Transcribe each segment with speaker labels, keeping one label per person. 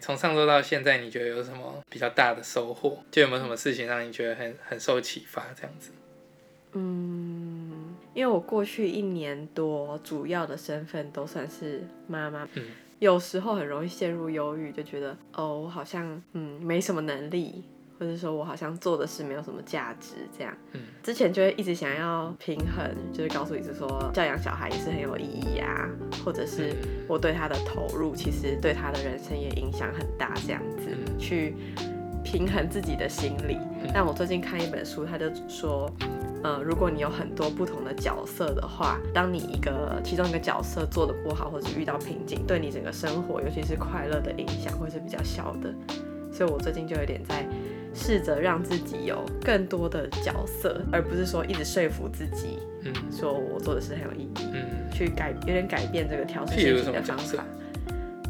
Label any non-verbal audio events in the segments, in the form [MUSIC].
Speaker 1: 从上周到现在，你觉得有什么比较大的收获？就有没有什么事情让你觉得很很受启发这样子？
Speaker 2: 嗯，因为我过去一年多主要的身份都算是妈妈，
Speaker 1: 嗯
Speaker 2: 有时候很容易陷入忧郁，就觉得哦，我好像嗯没什么能力，或者说我好像做的事没有什么价值这样。
Speaker 1: 嗯
Speaker 2: 之前就会一直想要平衡，就是告诉自己说教养小孩也是很有意义啊，或者是
Speaker 1: 嗯
Speaker 2: 我对他的投入，其实对他的人生也影响很大，这样子、
Speaker 1: 嗯
Speaker 2: 去平衡自己的心理。
Speaker 1: 嗯
Speaker 2: 但我最近看一本书，他就说。呃，如果你有很多不同的角色的话，当你一个其中一个角色做的不好，或者遇到瓶颈，对你整个生活，尤其是快乐的影响，会是比较小的。所以我最近就有点在试着让自己有更多的角色，而不是说一直说服自己，
Speaker 1: 嗯
Speaker 2: 说我做的事很有意义，
Speaker 1: 嗯
Speaker 2: 去改有点改变这个调试
Speaker 1: 譬如什
Speaker 2: 心情
Speaker 1: 么
Speaker 2: 的
Speaker 1: 角
Speaker 2: 方
Speaker 1: 色
Speaker 2: 法。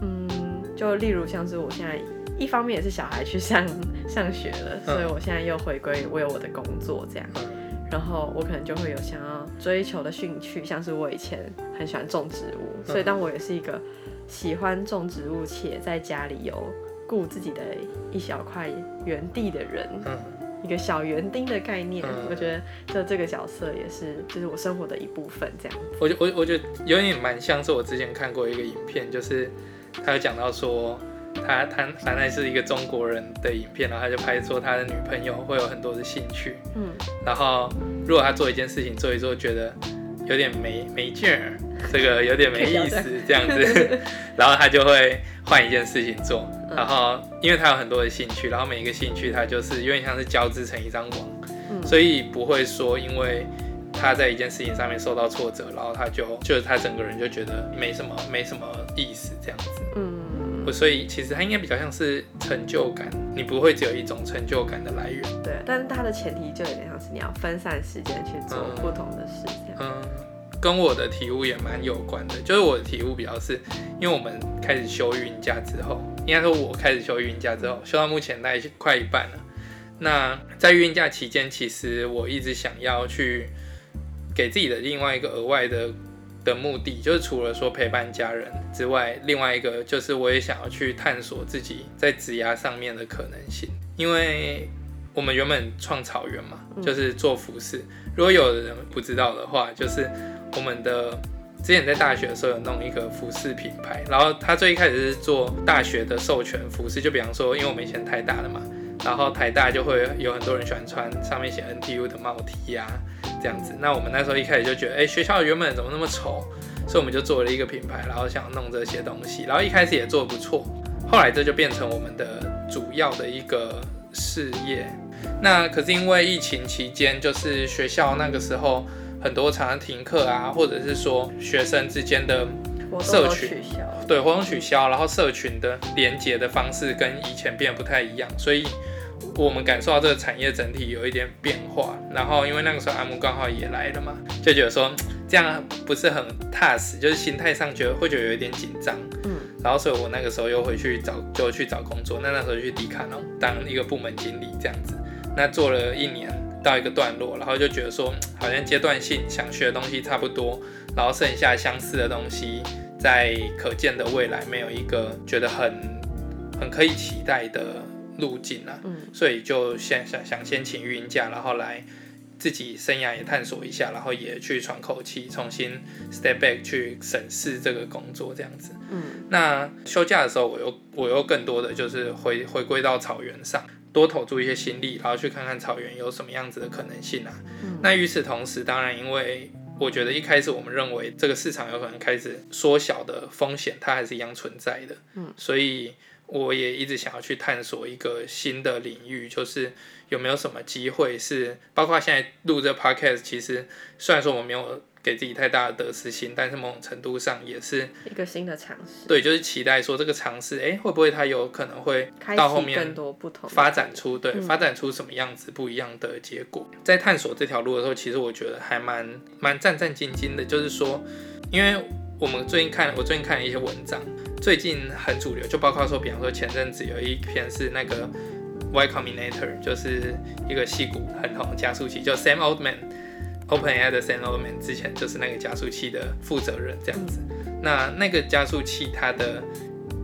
Speaker 2: 嗯，就例如像是我现在一方面也是小孩去上上学了，所以我现在又回归为我的工作这样，
Speaker 1: 嗯
Speaker 2: 然后我可能就会有想要追求的兴趣，像是我以前很喜欢种植物，
Speaker 1: 嗯
Speaker 2: 所以当我也是一个喜欢种植物且在家里有顾自己的一小块园地的人，
Speaker 1: 嗯
Speaker 2: 一个小园丁的概念，
Speaker 1: 嗯
Speaker 2: 我觉得这这个角色也是就是我生活的一部分这样。
Speaker 1: 我觉我我觉得有点蛮像是我之前看过一个影片，就是他有讲到说。他他反正是一个中国人的影片，然后他就拍说他的女朋友会有很多的兴趣，
Speaker 2: 嗯，
Speaker 1: 然后如果他做一件事情做一做，觉得有点没没劲
Speaker 2: [LAUGHS]
Speaker 1: 儿，这个有点没意思这样
Speaker 2: 啊
Speaker 1: 子， [LAUGHS] 然后他就会换一件事情做。
Speaker 2: 嗯
Speaker 1: 然后因为他有很多的兴趣，然后每一个兴趣他就是有点像是交织成一张网，
Speaker 2: 嗯
Speaker 1: 所以不会说因为。他在一件事情上面受到挫折，然后他就就是他整个人就觉得没什么没什么意思这样子，
Speaker 2: 嗯，
Speaker 1: 我所以其实他应该比较像是成就感，你不会只有一种成就感的来源，
Speaker 2: 对，但是它的前提就有点像是你要分散时间去做
Speaker 1: 嗯
Speaker 2: 不同的事情。
Speaker 1: 嗯，跟我的体悟也蛮有关的。就是我的体悟比较是，因为我们开始休孕假之后，应该说我开始休孕假之后，休到目前大概快一半了。那在孕假期间，其实我一直想要去给自己的另外一个额外的的目的，就是除了说陪伴家人之外，另外一个就是我也想要去探索自己在职涯上面的可能性，因为我们原本创草原嘛，
Speaker 2: 嗯
Speaker 1: 就是做服饰。如果有人不知道的话，就是我们的之前在大学的时候有弄一个服饰品牌，然后他最一开始是做大学的授权服饰，就比方说，因为我们以前台大的嘛，然后台大就会有很多人喜欢穿上面写 NTU 的帽 T 啊，这样子。那我们那时候一开始就觉得，哎、学校原本怎么那么丑，所以我们就做了一个品牌，然后想要弄这些东西，然后一开始也做得不错，后来这就变成我们的主要的一个事业。那可是因为疫情期间，就是学校那个时候很多常常停课啊，或者是说学生之间的
Speaker 2: 活动
Speaker 1: 社
Speaker 2: 都
Speaker 1: 群
Speaker 2: 取消了。
Speaker 1: 对活动取消，然后社群的连接的方式跟以前变得不太一样，所以我们感受到这个产业整体有一点变化。然后因为那个时候阿木刚好也来了嘛，就觉得说嗯这样不是很踏实，就是心态上觉得会觉得有一点紧张。
Speaker 2: 嗯
Speaker 1: 然后所以我那个时候又回去找，就去找工作。那那时候就去迪卡侬当一个部门经理这样子，那做了一年到一个段落，然后就觉得说嗯好像阶段性想学的东西差不多，然后剩下相似的东西，在可见的未来没有一个觉得很很可以期待的路径啊。
Speaker 2: 嗯
Speaker 1: 所以就先想想先请育婴假，然后来自己生涯也探索一下，然后也去喘口气，重新 step back 去审视这个工作这样子。
Speaker 2: 嗯
Speaker 1: 那休假的时候，我又我又更多的就是回回归到草原上，多投注一些心力，然后去看看草原有什么样子的可能性啊。
Speaker 2: 嗯
Speaker 1: 那与此同时，当然因为。我觉得一开始我们认为这个市场有可能开始缩小的风险，它还是一样存在的。
Speaker 2: 嗯，
Speaker 1: 所以我也一直想要去探索一个新的领域，就是有没有什么机会是，包括现在录这 podcast，其实虽然说我没有给自己太大的得失心，但是某种程度上也是
Speaker 2: 一个新的尝试，
Speaker 1: 对，就是期待说这个尝试，哎，会不会它有可能会
Speaker 2: 开
Speaker 1: 到后
Speaker 2: 启
Speaker 1: 面
Speaker 2: 更多不同的
Speaker 1: 发展出对、
Speaker 2: 嗯
Speaker 1: 发展出什么样子不一样的结果？在探索这条路的时候，其实我觉得还蛮蛮战战兢兢的，就是说，因为我们最近看我最近看了一些文章，最近很主流，就包括说，比方说前阵子有一篇是那个 Y Combinator，就是一个戏骨很红的加速器，叫 Sam Altman。OpenAI 的 Sam Altman 之前就是那个加速器的负责人这样子，那那个加速器它的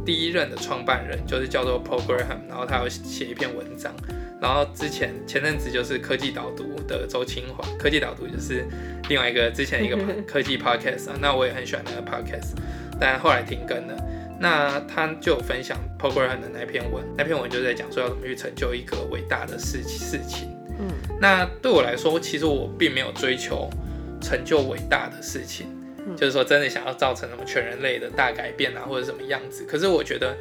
Speaker 1: 第一任的创办人就是叫做 Paul Graham，然后他有写一篇文章。然后之前前阵子就是科技导读的周清华，科技导读就是另外一个之前一个科技 podcast 啊，那我也很喜欢那个 podcast，但后来停更了。那他就有分享 p o g r a m 的那篇文，那篇文就在讲说要怎么去成就一个伟大的事事情。
Speaker 2: 嗯，
Speaker 1: 那对我来说，其实我并没有追求成就伟大的事情，
Speaker 2: 嗯
Speaker 1: 就是说真的想要造成什么全人类的大改变啊，或者什么样子。可是我觉得，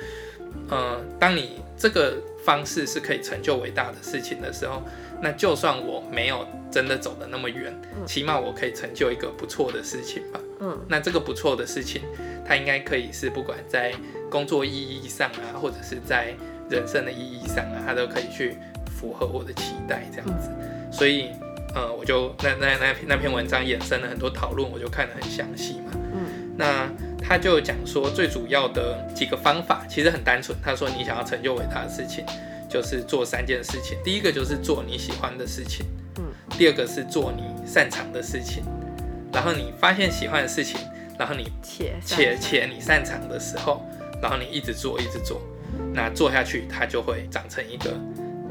Speaker 1: 呃，当你这个方式是可以成就伟大的事情的时候，那就算我没有真的走的那么远，
Speaker 2: 嗯
Speaker 1: 起码我可以成就一个不错的事情吧。
Speaker 2: 嗯
Speaker 1: 那这个不错的事情，它应该可以是不管在工作意义上啊，或者是在人生的意义上啊，它都可以去符合我的期待这样子。
Speaker 2: 嗯
Speaker 1: 所以，呃，我就那那那那篇文章衍生了很多讨论，我就看得很详细嘛。
Speaker 2: 嗯
Speaker 1: 那他就讲说，最主要的几个方法其实很单纯。他说，你想要成就伟大的事情，就是做三件事情。第一个就是做你喜欢的事情，
Speaker 2: 嗯，
Speaker 1: 第二个是做你擅长的事情，然后你发现喜欢的事情，然后你
Speaker 2: 且
Speaker 1: 且且你擅长的时候，然后你一直做一直做，那做下去它就会长成一个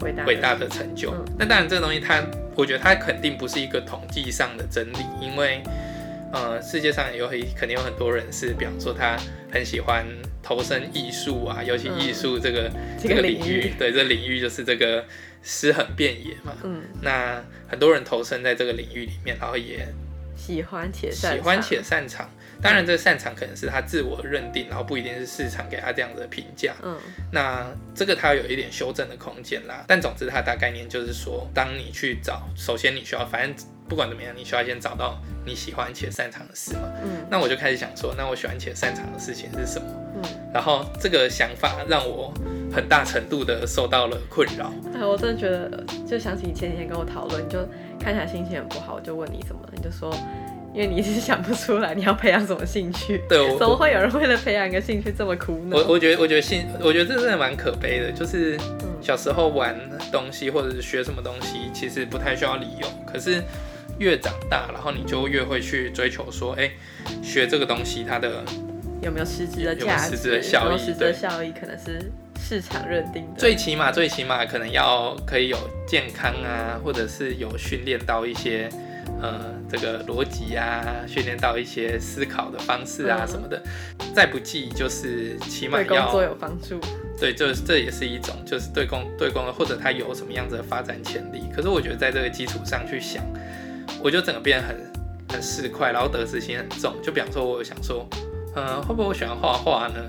Speaker 2: 伟大
Speaker 1: 伟大的成就
Speaker 2: 嗯。
Speaker 1: 那当然，这个东西它，我觉得它肯定不是一个统计上的真理，因为呃，世界上有很肯定有很多人是，比方说他很喜欢投身艺术啊，尤其
Speaker 2: 嗯
Speaker 1: 艺术这个、
Speaker 2: 这
Speaker 1: 这
Speaker 2: 个
Speaker 1: 个
Speaker 2: 领
Speaker 1: 领域
Speaker 2: 域，，
Speaker 1: 对，这领域就是这个诗很遍野嘛。
Speaker 2: 嗯，
Speaker 1: 那很多人投身在这个领域里面，然后也
Speaker 2: 喜欢且擅
Speaker 1: 喜
Speaker 2: 长
Speaker 1: 欢且擅长。当然，这个擅长可能是他自我认定，然后不一定是市场给他这样的评价。
Speaker 2: 嗯
Speaker 1: 那这个它有一点修正的空间啦，但总之它大概念就是说，当你去找，首先你需要，反正不管怎么样，你需要先找到你喜欢且擅长的事嘛。
Speaker 2: 嗯
Speaker 1: 那我就开始想说，那我喜欢且擅长的事情是什么？
Speaker 2: 嗯，
Speaker 1: 然后这个想法让我很大程度的受到了困扰。
Speaker 2: 哎，我真的觉得，就想起你前几天跟我讨论，你就看起来心情很不好，我就问你怎么了，你就说。因为你一直想不出来你要培养什么兴趣，
Speaker 1: 对我
Speaker 2: 怎么会有人为了培养一个兴趣这么苦恼？
Speaker 1: 我我觉得我觉得信，我觉得这真的蛮可悲的，就是
Speaker 2: 嗯
Speaker 1: 小时候玩东西或者是学什么东西，其实不太需要理由。可是越长大，然后你就越会去追求说，哎、学这个东西它的
Speaker 2: 有没有实质
Speaker 1: 有
Speaker 2: 的
Speaker 1: 没有
Speaker 2: 价值？
Speaker 1: 实质的效益
Speaker 2: 有没有实质
Speaker 1: 对
Speaker 2: 的效益可能是市场认定的。
Speaker 1: 最起码最起码可能要可以有健康啊，或者是有训练到一些呃这个逻辑啊，训练到一些思考的方式啊
Speaker 2: 嗯
Speaker 1: 什么的。再不济就是起码
Speaker 2: 对工作
Speaker 1: 要
Speaker 2: 有帮助。
Speaker 1: 对，这这也是一种就是对工对工或者他有什么样子的发展潜力。可是我觉得在这个基础上去想，我就整个变得很很市侩，然后得失心很重。就比方说，我有想说，呃，会不会我喜欢画画呢？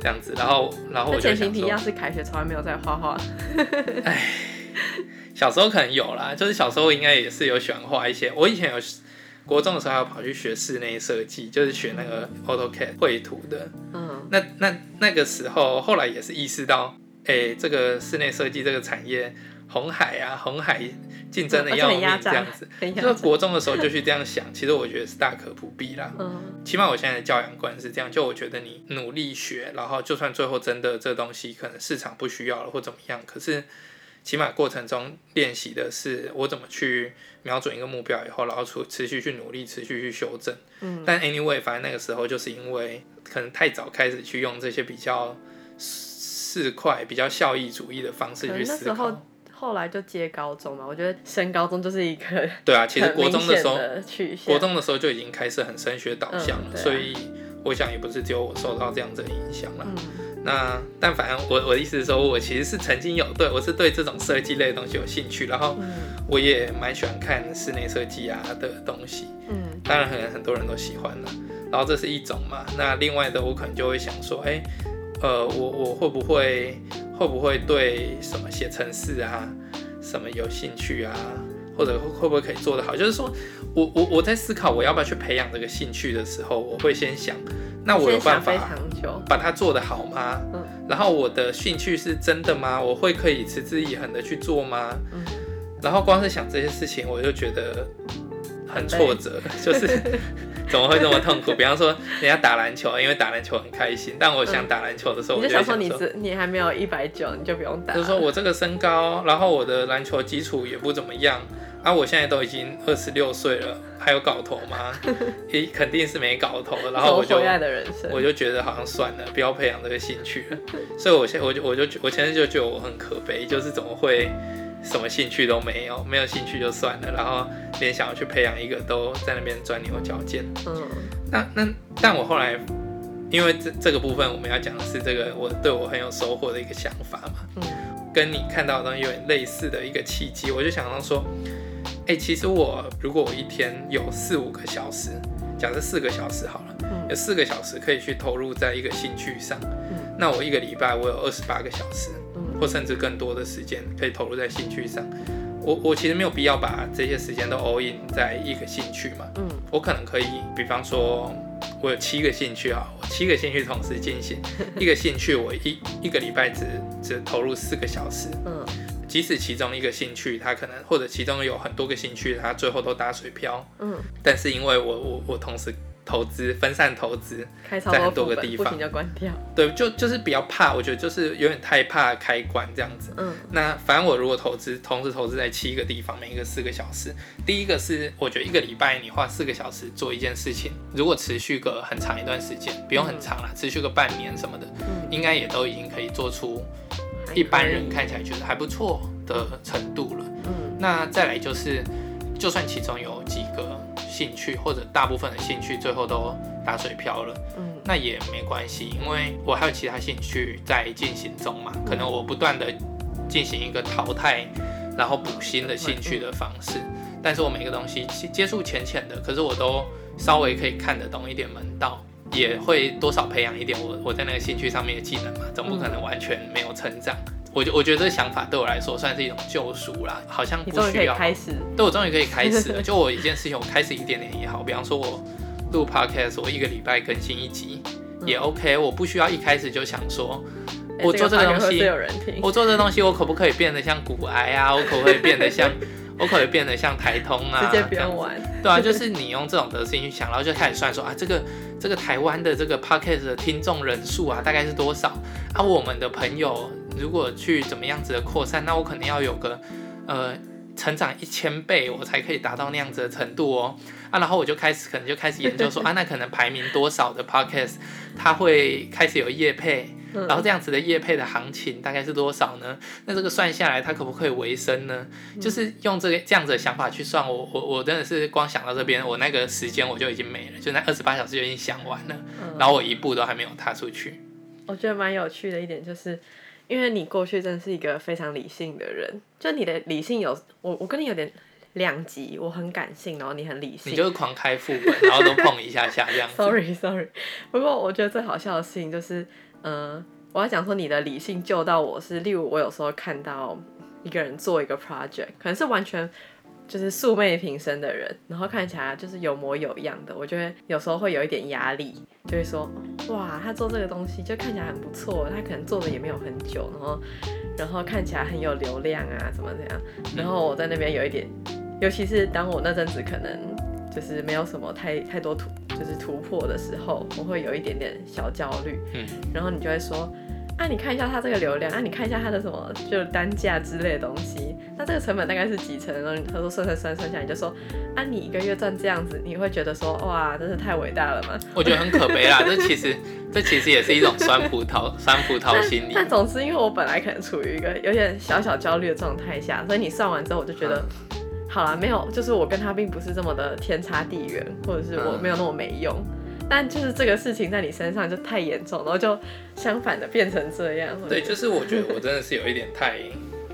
Speaker 1: 这样子，然后然哦后我
Speaker 2: 那
Speaker 1: 就
Speaker 2: 前
Speaker 1: 想
Speaker 2: 情提
Speaker 1: 说
Speaker 2: 要，是凯学从来没有在画画，
Speaker 1: 小时候可能有啦，就是小时候应该也是有喜欢画一些。我以前有国中的时候，还有跑去学室内设计，就是学那个 AutoCAD 绘图的。
Speaker 2: 嗯
Speaker 1: 那那那个时候，后来也是意识到，哎、这个室内设计这个产业，红海啊，红海竞争的
Speaker 2: 嗯而且
Speaker 1: 要
Speaker 2: 很
Speaker 1: 命
Speaker 2: 压，
Speaker 1: 这
Speaker 2: 榨
Speaker 1: 样子。
Speaker 2: 很
Speaker 1: 就是
Speaker 2: 想。
Speaker 1: 国中的时候就去这样想，其实我觉得是大可不必啦。
Speaker 2: 嗯
Speaker 1: 起码我现在的教养观是这样，就我觉得你努力学，然后就算最后真的这东西可能市场不需要了或怎么样，可是起码过程中练习的是我怎么去瞄准一个目标以后，然后持持续去努力，持续去修正。
Speaker 2: 嗯，
Speaker 1: 但 anyway，反正那个时候就是因为可能太早开始去用这些比较市侩、比较效益主义的方式
Speaker 2: 可能
Speaker 1: 去
Speaker 2: 那
Speaker 1: 思
Speaker 2: 时候
Speaker 1: 考。
Speaker 2: 后来就接高中嘛，我觉得升高中就是一个
Speaker 1: 对啊，其实
Speaker 2: 很
Speaker 1: 国
Speaker 2: 明
Speaker 1: 中的
Speaker 2: 显
Speaker 1: 时候，
Speaker 2: 的去向。
Speaker 1: 国中的时候就已经开始很升学导向了，
Speaker 2: 嗯对啊
Speaker 1: 所以我想也不是只有我受到这样子的影响啦。
Speaker 2: 嗯
Speaker 1: 那但反正我我的意思是说，我其实是曾经有对我是对这种设计类的东西有兴趣，然后
Speaker 2: 嗯
Speaker 1: 我也蛮喜欢看室内设计啊的东西，
Speaker 2: 嗯
Speaker 1: 当然可能很多人都喜欢了。然后这是一种嘛，那另外的我可能就会想说，哎、呃，我我会不会会不会对什么写程式啊，什么有兴趣啊，或者会会不会可以做得好？就是说我我我在思考我要不要去培养这个兴趣的时候，我会先想，那我有
Speaker 2: 先
Speaker 1: 办
Speaker 2: 想
Speaker 1: 法啊
Speaker 2: 非常久。
Speaker 1: 把它做得好吗？
Speaker 2: 嗯
Speaker 1: 然后我的兴趣是真的吗？我会可以持之以恒的去做吗？
Speaker 2: 嗯
Speaker 1: 然后光是想这些事情，我就觉得很挫折， [LAUGHS] 就是怎么会这么痛苦？比方说，人家打篮球，因为打篮球很开心，但我想打篮球的时候，
Speaker 2: 嗯你
Speaker 1: 我
Speaker 2: 就
Speaker 1: 就会
Speaker 2: 想
Speaker 1: 想
Speaker 2: 说你
Speaker 1: 说，
Speaker 2: 只你还没有一百九，你就不用打。
Speaker 1: 就是说我这个身高，然后我的篮球基础也不怎么样，啊，我现在都已经二十六岁了，还有搞头
Speaker 2: [LAUGHS]
Speaker 1: 吗？也肯定是没搞头。然后我就
Speaker 2: 回来的人生，
Speaker 1: 我就觉得好像算了，不要培养这个兴趣了。所以我现我就我就我现在就觉得我很可悲，就是怎么会什么兴趣都没有，没有兴趣就算了，然后连想要去培养一个都在那边钻牛角尖。
Speaker 2: 嗯
Speaker 1: 那那但我后来，因为这这个部分我们要讲的是这个我对我很有收获的一个想法嘛，
Speaker 2: 嗯
Speaker 1: 跟你看到的东西有点类似的一个契机，我就想到说，哎、其实我如果我一天有四五个小时，假设四个小时好了。有
Speaker 2: 嗯
Speaker 1: 四个小时可以去投入在一个兴趣上，
Speaker 2: 嗯
Speaker 1: 那我一个礼拜我有二十八个小时，
Speaker 2: 嗯
Speaker 1: 或甚至更多的时间可以投入在兴趣上。我我其实没有必要把这些时间都 all in 在一个兴趣嘛，
Speaker 2: 嗯
Speaker 1: 我可能可以，比方说，我有七个兴趣啊，我七个兴趣同时进行，一个兴趣我一一个礼拜只只投入四个小时，
Speaker 2: 嗯
Speaker 1: 即使其中一个兴趣它可能或者其中有很多个兴趣它最后都打水漂，
Speaker 2: 嗯，
Speaker 1: 但是因为我我我同时投资分散投资，
Speaker 2: 开超
Speaker 1: 在
Speaker 2: 多
Speaker 1: 很多
Speaker 2: 副
Speaker 1: 个
Speaker 2: 本
Speaker 1: 地
Speaker 2: 不
Speaker 1: 方
Speaker 2: 行就关掉。
Speaker 1: 对，就就是比较怕，我觉得就是有点太怕开关这样子。
Speaker 2: 嗯
Speaker 1: 那反正我如果投资，同时投资在七个地方，每一个四个小时。第一个是我觉得一个礼拜你花四个小时做一件事情，如果持续个很长一段时间，不用很长啦，持续个半年什么的，
Speaker 2: 嗯，
Speaker 1: 应该也都已经可以做出
Speaker 2: 还
Speaker 1: 一般人
Speaker 2: 可以
Speaker 1: 看起来觉得还不错的程度了。
Speaker 2: 嗯
Speaker 1: 那再来就是，就算其中有几个兴趣或者大部分的兴趣最后都打水漂了。
Speaker 2: 嗯
Speaker 1: 那也没关系，因为我还有其他兴趣在进行中嘛，
Speaker 2: 嗯
Speaker 1: 可能我不断的进行一个淘汰，然后补新的兴趣的方式，
Speaker 2: 嗯
Speaker 1: 但是我每个东西接接触浅浅的，可是我都稍微可以看得懂一点门道。也会多少培养一点我我在那个兴趣上面的技能嘛，总不可能完全没有成长。
Speaker 2: 嗯
Speaker 1: 我觉我觉得这想法对我来说算是一种救赎啦，好像
Speaker 2: 你
Speaker 1: 不
Speaker 2: 终于可
Speaker 1: 需
Speaker 2: 以
Speaker 1: 要。
Speaker 2: 开始，
Speaker 1: 对，我终于可以开始
Speaker 2: [LAUGHS]
Speaker 1: 了。就我一件事情，我开始一点点也好，比方说我录 podcast，我一个礼拜更新一集
Speaker 2: 嗯
Speaker 1: 也 OK，我不需要一开始就想说，
Speaker 2: 哎
Speaker 1: 我做这个东
Speaker 2: 会不
Speaker 1: 西
Speaker 2: 会有人听，
Speaker 1: 我做这东西，我可不可以变得像骨癌啊？我可不可以变得
Speaker 2: [LAUGHS]
Speaker 1: 像，我可不可以变得像台通啊？
Speaker 2: [LAUGHS] 直接不
Speaker 1: 这样
Speaker 2: 用
Speaker 1: 子
Speaker 2: 玩。
Speaker 1: 对啊，就是你用这种德性去想，然后就开始算说啊，这个这个台湾的这个 podcast 的听众人数啊，大概是多少啊？我们的朋友如果去怎么样子的扩散，那我可能要有个呃成长一千倍，我才可以达到那样子的程度哦。啊，然后我就开始可能就开始研究说啊，那可能排名多少的 podcast，它会开始有业配。
Speaker 2: 嗯
Speaker 1: 然后这样子的业配的行情大概是多少呢？那这个算下来，它可不可以维生呢？
Speaker 2: 嗯
Speaker 1: 就是用这个这样子的想法去算，我我我真的是光想到这边，我那个时间我就已经没了，就那二十八小时就已经想完了，
Speaker 2: 嗯
Speaker 1: 然后我一步都还没有踏出去。
Speaker 2: 我觉得蛮有趣的一点就是，因为你过去真的是一个非常理性的人，就你的理性有我，我跟你有点两极，我很感性，然后你很理
Speaker 1: 你
Speaker 2: 性。
Speaker 1: 就是狂开副本，然后都碰一下下这样子。
Speaker 2: Sorry Sorry，不 [LAUGHS] 过我觉得最好笑的事情就是，嗯、我要讲说你的理性救到我是，例如我有时候看到一个人做一个 project，可能是完全。就是素昧平生的人，然后看起来就是有模有样的，我觉得有时候会有一点压力，就会说，哇，他做这个东西就看起来很不错，他可能做的也没有很久，然后然后看起来很有流量啊，怎么怎样，然后我在那边有一点，尤其是当我那阵子可能就是没有什么太太多突就是突破的时候，我会有一点点小焦虑，
Speaker 1: 嗯，
Speaker 2: 然后你就会说。啊，你看一下他这个流量，啊，你看一下他的什么，就是单价之类的东西，那这个成本大概是几成？然后他说算算算算下来，你就说，啊，你一个月赚这样子，你会觉得说，哇，真是太伟大了嘛？
Speaker 1: 我觉得很可悲啦，这其实这其实也是一种酸葡萄酸葡萄心
Speaker 2: [LAUGHS]
Speaker 1: 理。
Speaker 2: 但总之，因为我本来可能处于一个有点小小焦虑的状态下，所以你算完之后，我就觉
Speaker 1: 啊
Speaker 2: 得，好啦，没有，就是我跟他并不是这么的天差地远，或者是我
Speaker 1: 嗯
Speaker 2: 没有那么没用。但就是这个事情在你身上就太严重，然后就相反的变成这样。
Speaker 1: 对，就是我觉得我真的是有一点太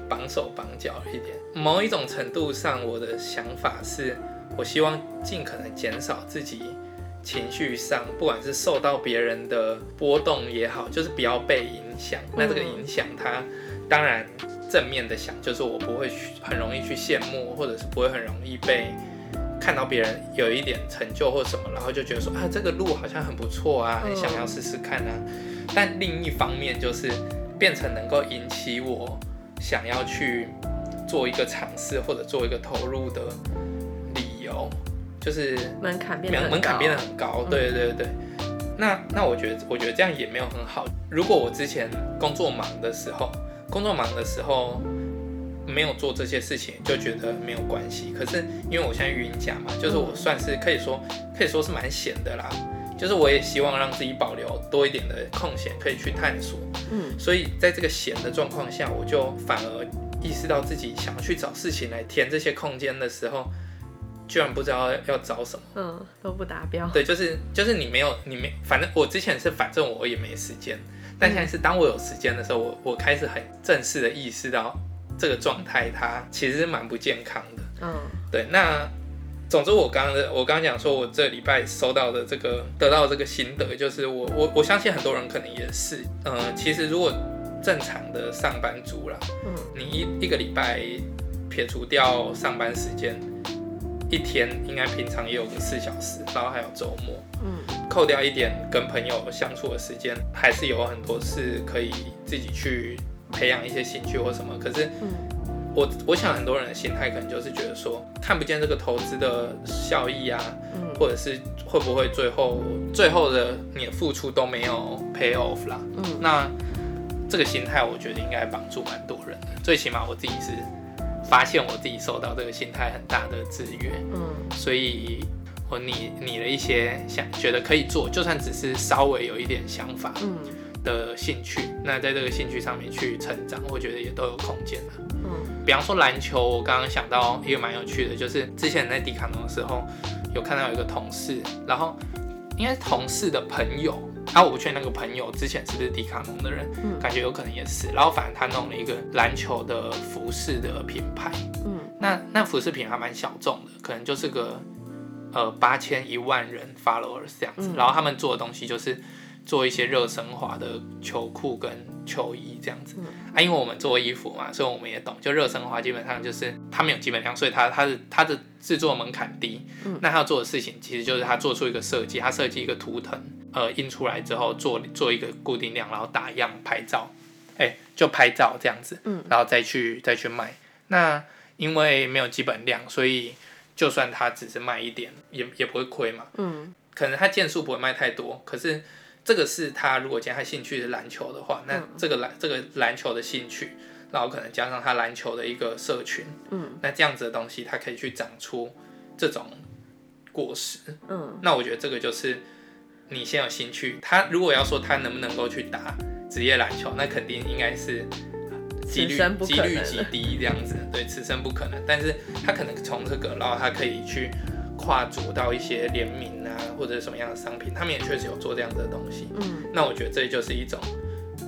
Speaker 1: 绑手绑脚了一点。某一种程度上，我的想法是，我希望尽可能减少自己情绪上，不管是受到别人的波动也好，就是不要被影响。那这个影响，它当然正面的想，就是我不会去很容易去羡慕，或者是不会很容易被。看到别人有一点成就或什么，然后就觉得说啊，这个路好像很不错啊，很想要试试看啊。但另一方面就是变成能够引起我想要去做一个尝试或者做一个投入的理由，就是
Speaker 2: 门槛变得
Speaker 1: 门
Speaker 2: 很
Speaker 1: 门槛
Speaker 2: 高
Speaker 1: 变得很高。
Speaker 2: 嗯
Speaker 1: 对对对。那那我觉得我觉得这样也没有很好。如果我之前工作忙的时候，工作忙的时候，没有做这些事情，就觉得没有关系。可是因为我现在晕假嘛，就是
Speaker 2: 嗯
Speaker 1: 我算是可以说可以说是蛮闲的啦。就是我也希望让自己保留多一点的空闲，可以去探索。
Speaker 2: 嗯
Speaker 1: 所以在这个闲的状况下，我就反而意识到自己想要去找事情来填这些空间的时候，居然不知道要找什么。
Speaker 2: 嗯，都不达标。
Speaker 1: 对，就是就是你没有你没，反正我之前是反正我也没时间，但现在是当我有时间的时候，我我开始很正式的意识到这个状态它其实是蛮不健康的。
Speaker 2: 嗯
Speaker 1: 对，那总之我刚刚的我刚刚讲说，我这礼拜收到的这个得到的这个心得，就是我我我相信很多人可能也是，呃，其实如果正常的上班族啦，
Speaker 2: 嗯
Speaker 1: 你一一个礼拜撇除掉上班时间，一天应该平常也有个四小时，然后还有周末，
Speaker 2: 嗯
Speaker 1: 扣掉一点跟朋友相处的时间，还是有很多是可以自己去培养一些兴趣或什么，可是。
Speaker 2: 嗯
Speaker 1: 我我想很多人的心态可能就是觉得说，看不见这个投资的效益啊，
Speaker 2: 嗯
Speaker 1: 或者是会不会最后最后的你的付出都没有 pay off 啦。
Speaker 2: 嗯
Speaker 1: 那这个心态，我觉得应该帮助蛮多人的。最起码我自己是发现我自己受到这个心态很大的制约，
Speaker 2: 嗯
Speaker 1: 所以我拟拟了一些想觉得可以做，就算只是稍微有一点想法
Speaker 2: 嗯
Speaker 1: 的兴趣，那在这个兴趣上面去成长，我觉得也都有空间啦。
Speaker 2: 嗯
Speaker 1: 比方说篮球，我刚刚想到一个蛮有趣的，就是之前在迪卡侬的时候，有看到有一个同事，然后应该是同事的朋友，啊，我不确定那个朋友之前是不是迪卡侬的人，
Speaker 2: 嗯
Speaker 1: 感觉有可能也是。然后反正他弄了一个篮球的服饰的品牌，
Speaker 2: 嗯
Speaker 1: 那那服饰品还蛮小众的，可能就是个呃八千一万人 followers 这样子。
Speaker 2: 嗯
Speaker 1: 然后他们做的东西就是做一些热升华的球裤跟球衣这样子。
Speaker 2: 嗯
Speaker 1: 啊，因为我们做衣服嘛，所以我们也懂。就热升华基本上就是他们有基本量，所以它它的它的制作门槛低。
Speaker 2: 嗯
Speaker 1: 那他要做的事情其实就是他做出一个设计，他设计一个图腾，呃，印出来之后做做一个固定量，然后打样拍照，哎、就拍照这样子。
Speaker 2: 嗯
Speaker 1: 然后再去再去卖。那因为没有基本量，所以就算它只是卖一点，也也不会亏嘛。
Speaker 2: 嗯
Speaker 1: 可能它件数不会卖太多，可是这个是他如果今天他兴趣是篮球的话，那
Speaker 2: 嗯
Speaker 1: 这个篮这个篮球的兴趣，然后可能加上他篮球的一个社群，
Speaker 2: 嗯
Speaker 1: 那这样子的东西，它可以去长出这种果实。
Speaker 2: 嗯
Speaker 1: 那我觉得这个就是你先有兴趣。他如果要说他能不能够去打职业篮球，那肯定应该是几率
Speaker 2: 此生不可
Speaker 1: 几
Speaker 2: 能
Speaker 1: 率极低这样子，对，此生不可能。但是他可能从这个，然后他可以去跨足到一些联名啊，或者什么样的商品，他们也确实有做这样子的东西。
Speaker 2: 嗯
Speaker 1: 那我觉得这就是一种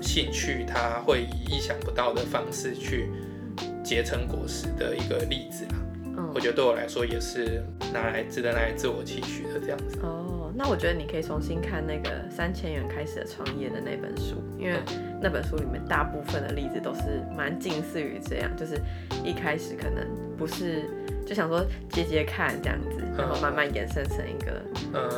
Speaker 1: 兴趣，它会以意想不到的方式去结成果实的一个例子啦。
Speaker 2: 嗯
Speaker 1: 我觉得对我来说也是拿来值得拿来自我期许的这样子。
Speaker 2: 哦，那我觉得你可以重新看那个三千元开始的创业的那本书，因为那本书里面大部分的例子都是蛮近似于这样，就是一开始可能不是就想说接接看这样子，
Speaker 1: 嗯
Speaker 2: 然后慢慢延伸成一个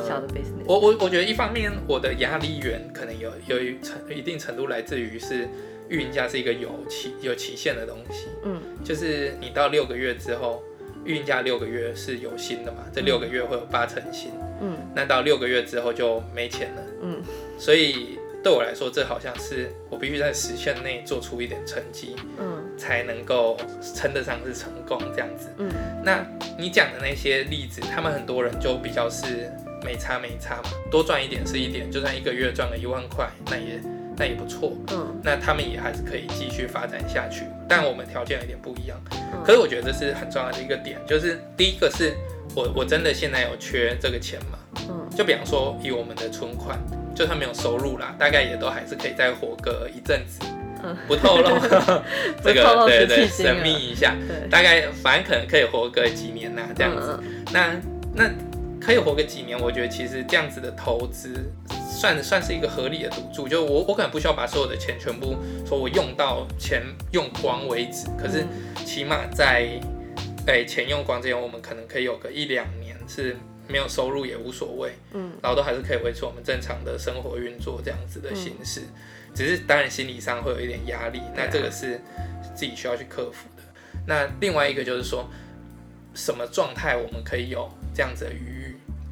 Speaker 2: 小的
Speaker 1: 呃，
Speaker 2: business。
Speaker 1: 我我我觉得一方面我的压力源可能有有一程一定程度来自于是孕假是一个有期有期限的东西，
Speaker 2: 嗯
Speaker 1: 就是你到六个月之后，孕假六个月是有薪的嘛，这六个月会有八成薪，
Speaker 2: 嗯
Speaker 1: 那到六个月之后就没钱了，
Speaker 2: 嗯
Speaker 1: 所以对我来说这好像是我必须在时限内做出一点成绩，
Speaker 2: 嗯
Speaker 1: 才能够称得上是成功这样子。
Speaker 2: 嗯
Speaker 1: 那你讲的那些例子，他们很多人就比较是没差没差嘛，多赚一点是一点，就算一个月赚个一万块，那也那也不错。
Speaker 2: 嗯
Speaker 1: 那他们也还是可以继续发展下去，但我们条件有点不一样。
Speaker 2: 嗯，
Speaker 1: 可是我觉得这是很重要的一个点，就是第一个是我我真的现在有缺这个钱嘛？
Speaker 2: 嗯
Speaker 1: 就比方说以我们的存款，就算没有收入啦，大概也都还是可以再活个一阵子
Speaker 2: 嗯，
Speaker 1: 不
Speaker 2: [LAUGHS]
Speaker 1: 透露这
Speaker 2: 不
Speaker 1: 个
Speaker 2: 透露
Speaker 1: 对
Speaker 2: 实
Speaker 1: 对
Speaker 2: 际金额
Speaker 1: 神秘一下。
Speaker 2: 对
Speaker 1: 大概反正可能可以活个几年呐、这样子。
Speaker 2: 嗯
Speaker 1: 那那可以活个几年，我觉得其实这样子的投资算算是一个合理的赌注。就我我可能不需要把所有的钱全部说我用到钱用光为止，
Speaker 2: 嗯
Speaker 1: 可是起码在哎、钱用光之前，我们可能可以有个一两年是没有收入也无所谓。
Speaker 2: 嗯
Speaker 1: 然后都还是可以维持我们正常的生活运作这样子的形式，只是当然心理上会有一点压力，
Speaker 2: 对
Speaker 1: 那
Speaker 2: 啊
Speaker 1: 这个是自己需要去克服的。那另外一个就是说，什么状态我们可以有这样子的余裕？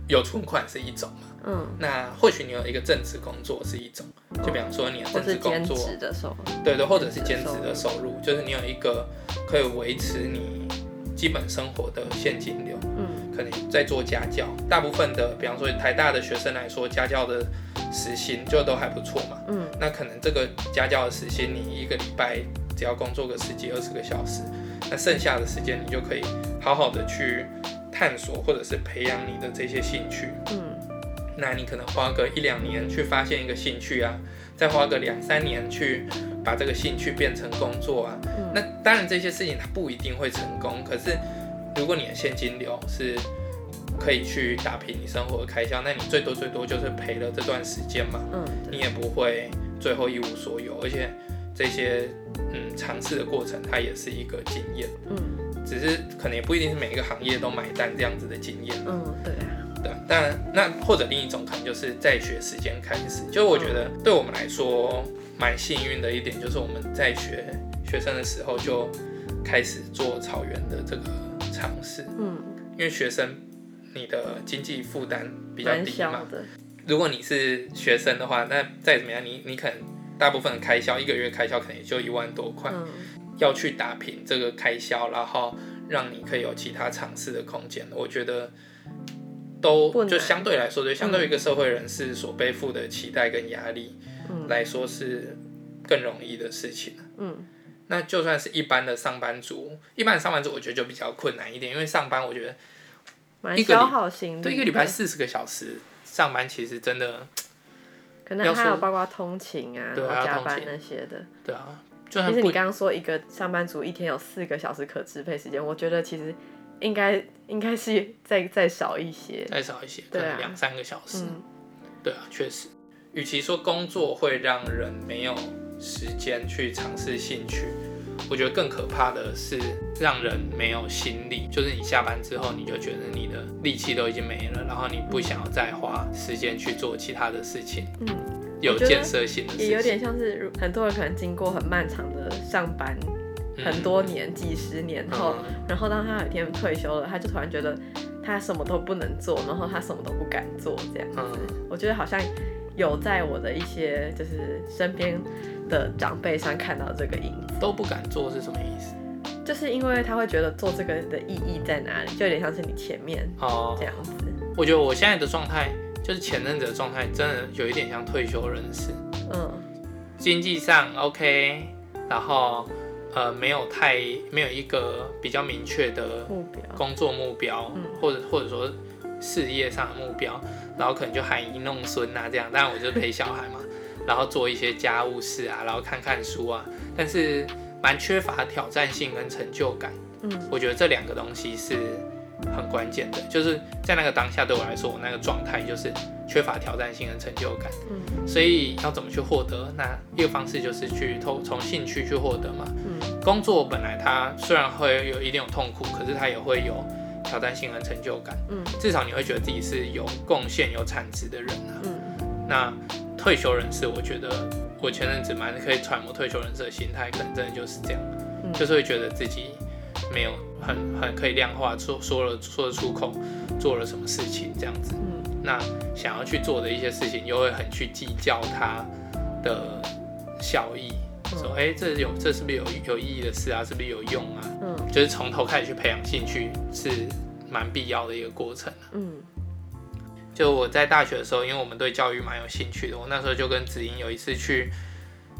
Speaker 1: 有存款是一种嘛，
Speaker 2: 嗯，
Speaker 1: 那或许你有一个正职工作是一种，就比方说你的
Speaker 2: 或
Speaker 1: 正职
Speaker 2: 哦是
Speaker 1: 工
Speaker 2: 兼
Speaker 1: 作，
Speaker 2: 职的时候，
Speaker 1: 对对，或者是兼职的收入，就是你有一个可以维持你基本生活的现金流。
Speaker 2: 嗯
Speaker 1: 可能在做家教，大部分的，比方说台大的学生来说，家教的时薪就都还不错嘛。
Speaker 2: 嗯
Speaker 1: 那可能这个家教的时薪，你一个礼拜只要工作个十几二十个小时，那剩下的时间你就可以好好的去探索或者是培养你的这些兴趣。
Speaker 2: 嗯
Speaker 1: 那你可能花个一两年去发现一个兴趣啊，再花个两三年去把这个兴趣变成工作啊。
Speaker 2: 嗯
Speaker 1: 那当然这些事情它不一定会成功，可是如果你的现金流是可以去打平你生活的开销，那你最多最多就是赔了这段时间嘛，
Speaker 2: 嗯，
Speaker 1: 你
Speaker 2: 对，
Speaker 1: 也不会最后一无所有，而且这些嗯尝试的过程它也是一个经验，
Speaker 2: 嗯
Speaker 1: 只是可能也不一定是每一个行业都买单这样子的经验。
Speaker 2: 嗯，对啊，
Speaker 1: 对，但那或者另一种可能就是在学时间开始，就我觉得
Speaker 2: 嗯
Speaker 1: 对我们来说蛮幸运的一点，就是我们在学学生的时候就开始做草原的这个尝试，
Speaker 2: 嗯，
Speaker 1: 因为学生你的经济负担比较
Speaker 2: 蛮
Speaker 1: 低
Speaker 2: 小
Speaker 1: 嘛。
Speaker 2: 的，
Speaker 1: 如果你是学生的话，那再怎么样，你你可能大部分的开销一个月开销可能也就一万多块，
Speaker 2: 嗯
Speaker 1: 要去打平这个开销，然后让你可以有其他尝试的空间，我觉得
Speaker 2: 不
Speaker 1: 都
Speaker 2: 难
Speaker 1: 就相对来说，对相对于一个社会人士所背负的期待跟压力、
Speaker 2: 嗯
Speaker 1: 来说是更容易的事情。
Speaker 2: 嗯
Speaker 1: 那就算是一般的上班族，一般的上班族我觉得就比较困难一点，因为上班我觉得
Speaker 2: 蛮
Speaker 1: 一个礼
Speaker 2: 消耗型的，
Speaker 1: 对一个礼拜四十个小时上班，其实真的
Speaker 2: 可
Speaker 1: 要
Speaker 2: 能还有
Speaker 1: 说
Speaker 2: 包括通勤啊，
Speaker 1: 对
Speaker 2: 然
Speaker 1: 还
Speaker 2: 后
Speaker 1: 有
Speaker 2: 加
Speaker 1: 通
Speaker 2: 班
Speaker 1: 勤
Speaker 2: 那些的。
Speaker 1: 对啊，就算
Speaker 2: 其实你
Speaker 1: 不
Speaker 2: 刚刚说一个上班族一天有四个小时可支配时间，我觉得其实应该应该是再再少一些。
Speaker 1: 再少一些，可
Speaker 2: 对啊
Speaker 1: 能两三个小时。
Speaker 2: 嗯
Speaker 1: 对啊，确实，与其说工作会让人没有时间去尝试兴趣，我觉得更可怕的是让人没有心力。就是你下班之后，你就觉得你的力气都已经没了，然后你不想要再花时间去做其他的事情，
Speaker 2: 嗯，
Speaker 1: 有建设性的事
Speaker 2: 也
Speaker 1: 情，
Speaker 2: 有点像是如很多人可能经过很漫长的上班，
Speaker 1: 嗯
Speaker 2: 很多。年几十年后，
Speaker 1: 嗯，
Speaker 2: 然后当他有一天退休了，他就突然觉得他什么都不能做，然后他什么都不敢做这样。
Speaker 1: 嗯
Speaker 2: 我觉得好像有在我的一些就是身边的长辈上看到这个影子。
Speaker 1: 都不敢做是什么意思？
Speaker 2: 就是因为他会觉得做这个的意义在哪里，就有点像是你前面
Speaker 1: 哦
Speaker 2: 这，样子。
Speaker 1: 我觉得我现在的状态，就是前阵子的状态，真的有一点像退休人士。
Speaker 2: 嗯
Speaker 1: 经济上 OK，然后呃没有太没有一个比较明确的
Speaker 2: 目标
Speaker 1: 工作目标，
Speaker 2: 嗯
Speaker 1: 或者或者说事业上的目标，然后可能就含饴弄孙啊这样，当然我就是陪小孩嘛， [LAUGHS] 然后做一些家务事啊，然后看看书啊，但是蛮缺乏挑战性跟成就感。
Speaker 2: 嗯
Speaker 1: 我觉得这两个东西是很关键的，就是在那个当下对我来说，我那个状态就是缺乏挑战性跟成就感。
Speaker 2: 嗯
Speaker 1: 所以要怎么去获得？那一个方式就是去透从兴趣去获得嘛。
Speaker 2: 嗯
Speaker 1: 工作本来它虽然会有一点有痛苦，可是它也会有挑战性和成就感，
Speaker 2: 嗯
Speaker 1: 至少你会觉得自己是有贡献、有产值的人啊。
Speaker 2: 嗯
Speaker 1: 那退休人士，我觉得我前阵子蛮可以揣摩退休人士的心态，可能真的就是这样，
Speaker 2: 嗯
Speaker 1: 就是会觉得自己没有很很可以量化说说了说得出口，做了什么事情这样子。
Speaker 2: 嗯
Speaker 1: 那想要去做的一些事情，又会很去计较它的效益，
Speaker 2: 嗯
Speaker 1: 说哎、诶这有这是不是有有意义的事啊？是不是有用啊？
Speaker 2: 嗯
Speaker 1: 就是从头开始去培养兴趣是蛮必要的一个过程。
Speaker 2: 嗯
Speaker 1: 就我在大学的时候，因为我们对教育蛮有兴趣的，我那时候就跟子英有一次去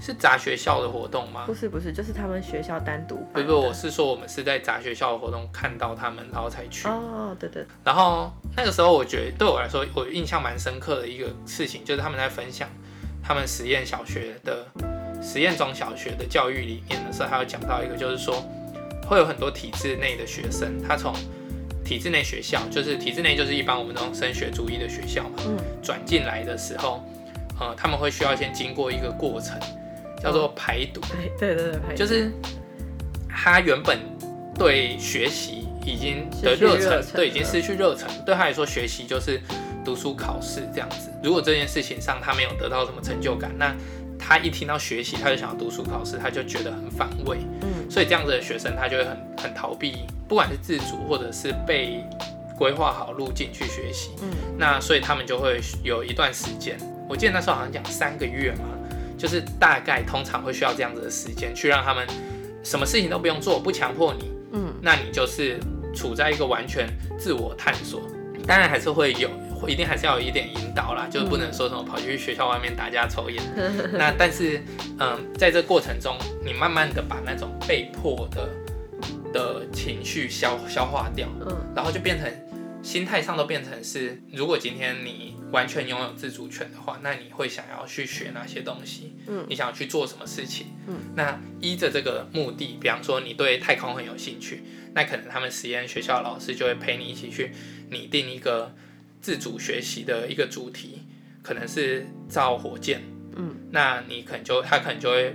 Speaker 1: 是杂学校的活动吗
Speaker 2: 不？是不是，就是他们学校单独
Speaker 1: 不
Speaker 2: 办
Speaker 1: 是，
Speaker 2: 的
Speaker 1: 我是说我们是在杂学校的活动看到他们，然后才去。
Speaker 2: 哦，对对，
Speaker 1: 然后那个时候，我觉得对我来说，我印象蛮深刻的一个事情，就是他们在分享他们实验小学的呃实验中小学的教育理念的时候，还有讲到一个，就是说会有很多体制内的学生，他从体制内学校，就是体制内就是一般我们这种升学主义的学校嘛，
Speaker 2: 嗯
Speaker 1: 转进来的时候，呃，他们会需要先经过一个过程，叫做排毒。
Speaker 2: 哎对对对，排
Speaker 1: 就是他原本对学习已经的
Speaker 2: 失去热
Speaker 1: 热忱，
Speaker 2: 忱
Speaker 1: 对，
Speaker 2: 了
Speaker 1: 已经失去热忱。对他来说，学习就是读书、考试这样子。如果这件事情上他没有得到什么成就感，那他一听到学习，他就想要读书、考试，他就觉得很反胃。
Speaker 2: 嗯
Speaker 1: 所以这样子的学生，他就会很很逃避，不管是自主或者是被规划好路径去学习。
Speaker 2: 嗯
Speaker 1: 那所以他们就会有一段时间，我记得那时候好像讲三个月嘛，就是大概通常会需要这样子的时间去让他们什么事情都不用做，不强迫你，
Speaker 2: 嗯
Speaker 1: 那你就是处在一个完全自我探索。当然还是会有，会一定还是要有一点引导啦，就是不能说什么跑去学校外面打架抽烟。
Speaker 2: [LAUGHS]
Speaker 1: 那但是，嗯，在这过程中，你慢慢的把那种被迫的的情绪消消化掉，
Speaker 2: 嗯
Speaker 1: 然后就变成心态上都变成是，如果今天你完全拥有自主权的话，那你会想要去学哪些东西？
Speaker 2: 嗯
Speaker 1: 你想要去做什么事情？
Speaker 2: 嗯，
Speaker 1: 那依着这个目的，比方说你对太空很有兴趣，那可能他们实验学校老师就会陪你一起去拟定一个自主学习的一个主题，可能是造火箭。
Speaker 2: 嗯
Speaker 1: 那你可能就他可能就会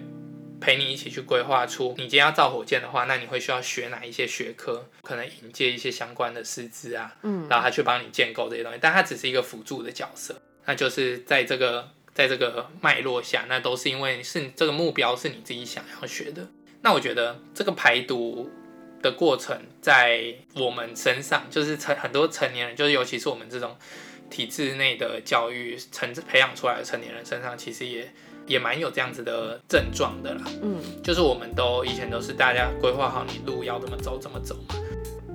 Speaker 1: 陪你一起去规划出，你今天要造火箭的话，那你会需要学哪一些学科？可能引介一些相关的师资啊，
Speaker 2: 嗯
Speaker 1: 然后他去帮你建构这些东西，但他只是一个辅助的角色。那就是在这个在这个脉络下，那都是因为是这个目标是你自己想要学的。那我觉得这个排毒的过程在我们身上，就是成很多成年人，就是尤其是我们这种体制内的教育成培养出来的成年人身上，其实也也蛮有这样子的症状的啦。
Speaker 2: 嗯
Speaker 1: 就是我们都以前都是大家规划好你路要怎么走怎么走嘛。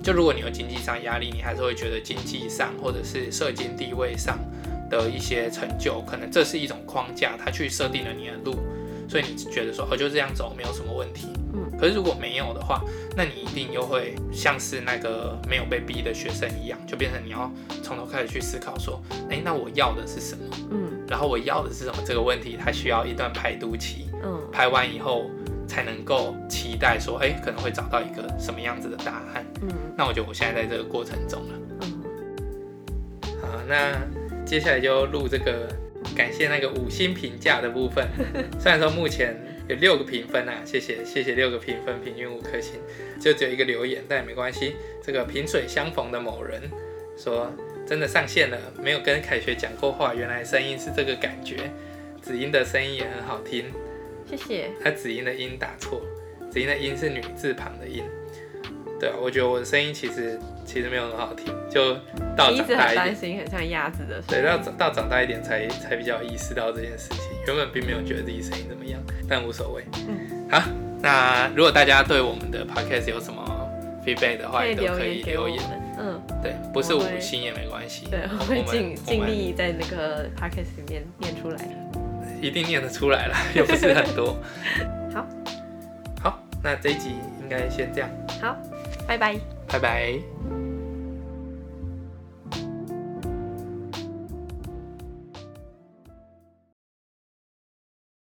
Speaker 1: 就如果你有经济上压力，你还是会觉得经济上或者是社经地位上的一些成就，可能这是一种框架，它去设定了你的路，所以你觉得说哦就这样走没有什么问题。
Speaker 2: 嗯。
Speaker 1: 可是如果没有的话，那你一定又会像是那个没有被逼的学生一样，就变成你要从头开始去思考说，哎，那我要的是什么？
Speaker 2: 嗯
Speaker 1: 然后我要的是什么？这个问题它需要一段排毒期。
Speaker 2: 嗯
Speaker 1: 拍完以后才能够期待说，哎、可能会找到一个什么样子的答案。
Speaker 2: 嗯
Speaker 1: 那我觉得我现在在这个过程中了。
Speaker 2: 嗯，
Speaker 1: 好，那接下来就录这个感谢那个五星评价的部分。虽然说目前有六个评分啊，谢谢谢谢六个评分，平均五颗星，就只有一个留言，但也没关系。这个萍水相逢的某人说，真的上线了，没有跟凯学讲过话，原来声音是这个感觉。子英的声音也很好听，
Speaker 2: 谢谢。
Speaker 1: 他子音的音打错，子音的音是女字旁的音。对啊，我觉得我的声音其实其实没有很好听，就到
Speaker 2: 你一
Speaker 1: 长
Speaker 2: 直
Speaker 1: 大
Speaker 2: 很
Speaker 1: 一点
Speaker 2: 担，心，很像鸭子的声
Speaker 1: 对，
Speaker 2: 音。
Speaker 1: 到长到长大一点才才比较意识到这件事情。原本并没有觉得自己声音怎么样，但无所谓。
Speaker 2: 嗯，
Speaker 1: 好，那如果大家对我们的 podcast 有什么 feedback 的话，
Speaker 2: 可以
Speaker 1: 也都
Speaker 2: 留
Speaker 1: 可以
Speaker 2: 言给我
Speaker 1: 留
Speaker 2: 们
Speaker 1: 言。。
Speaker 2: 嗯，
Speaker 1: 对，不是
Speaker 2: 我
Speaker 1: 五
Speaker 2: 会
Speaker 1: 星也没关系，
Speaker 2: 对，我
Speaker 1: 我
Speaker 2: 会
Speaker 1: 们
Speaker 2: 尽
Speaker 1: 我
Speaker 2: 尽
Speaker 1: 们
Speaker 2: 力在那个 podcast 里面念出来。
Speaker 1: 一定念得出来了， [LAUGHS] 又不是很多。
Speaker 2: [LAUGHS] 好，
Speaker 1: 好，那这一集应该先这样，
Speaker 2: 好，拜拜。
Speaker 1: 拜拜。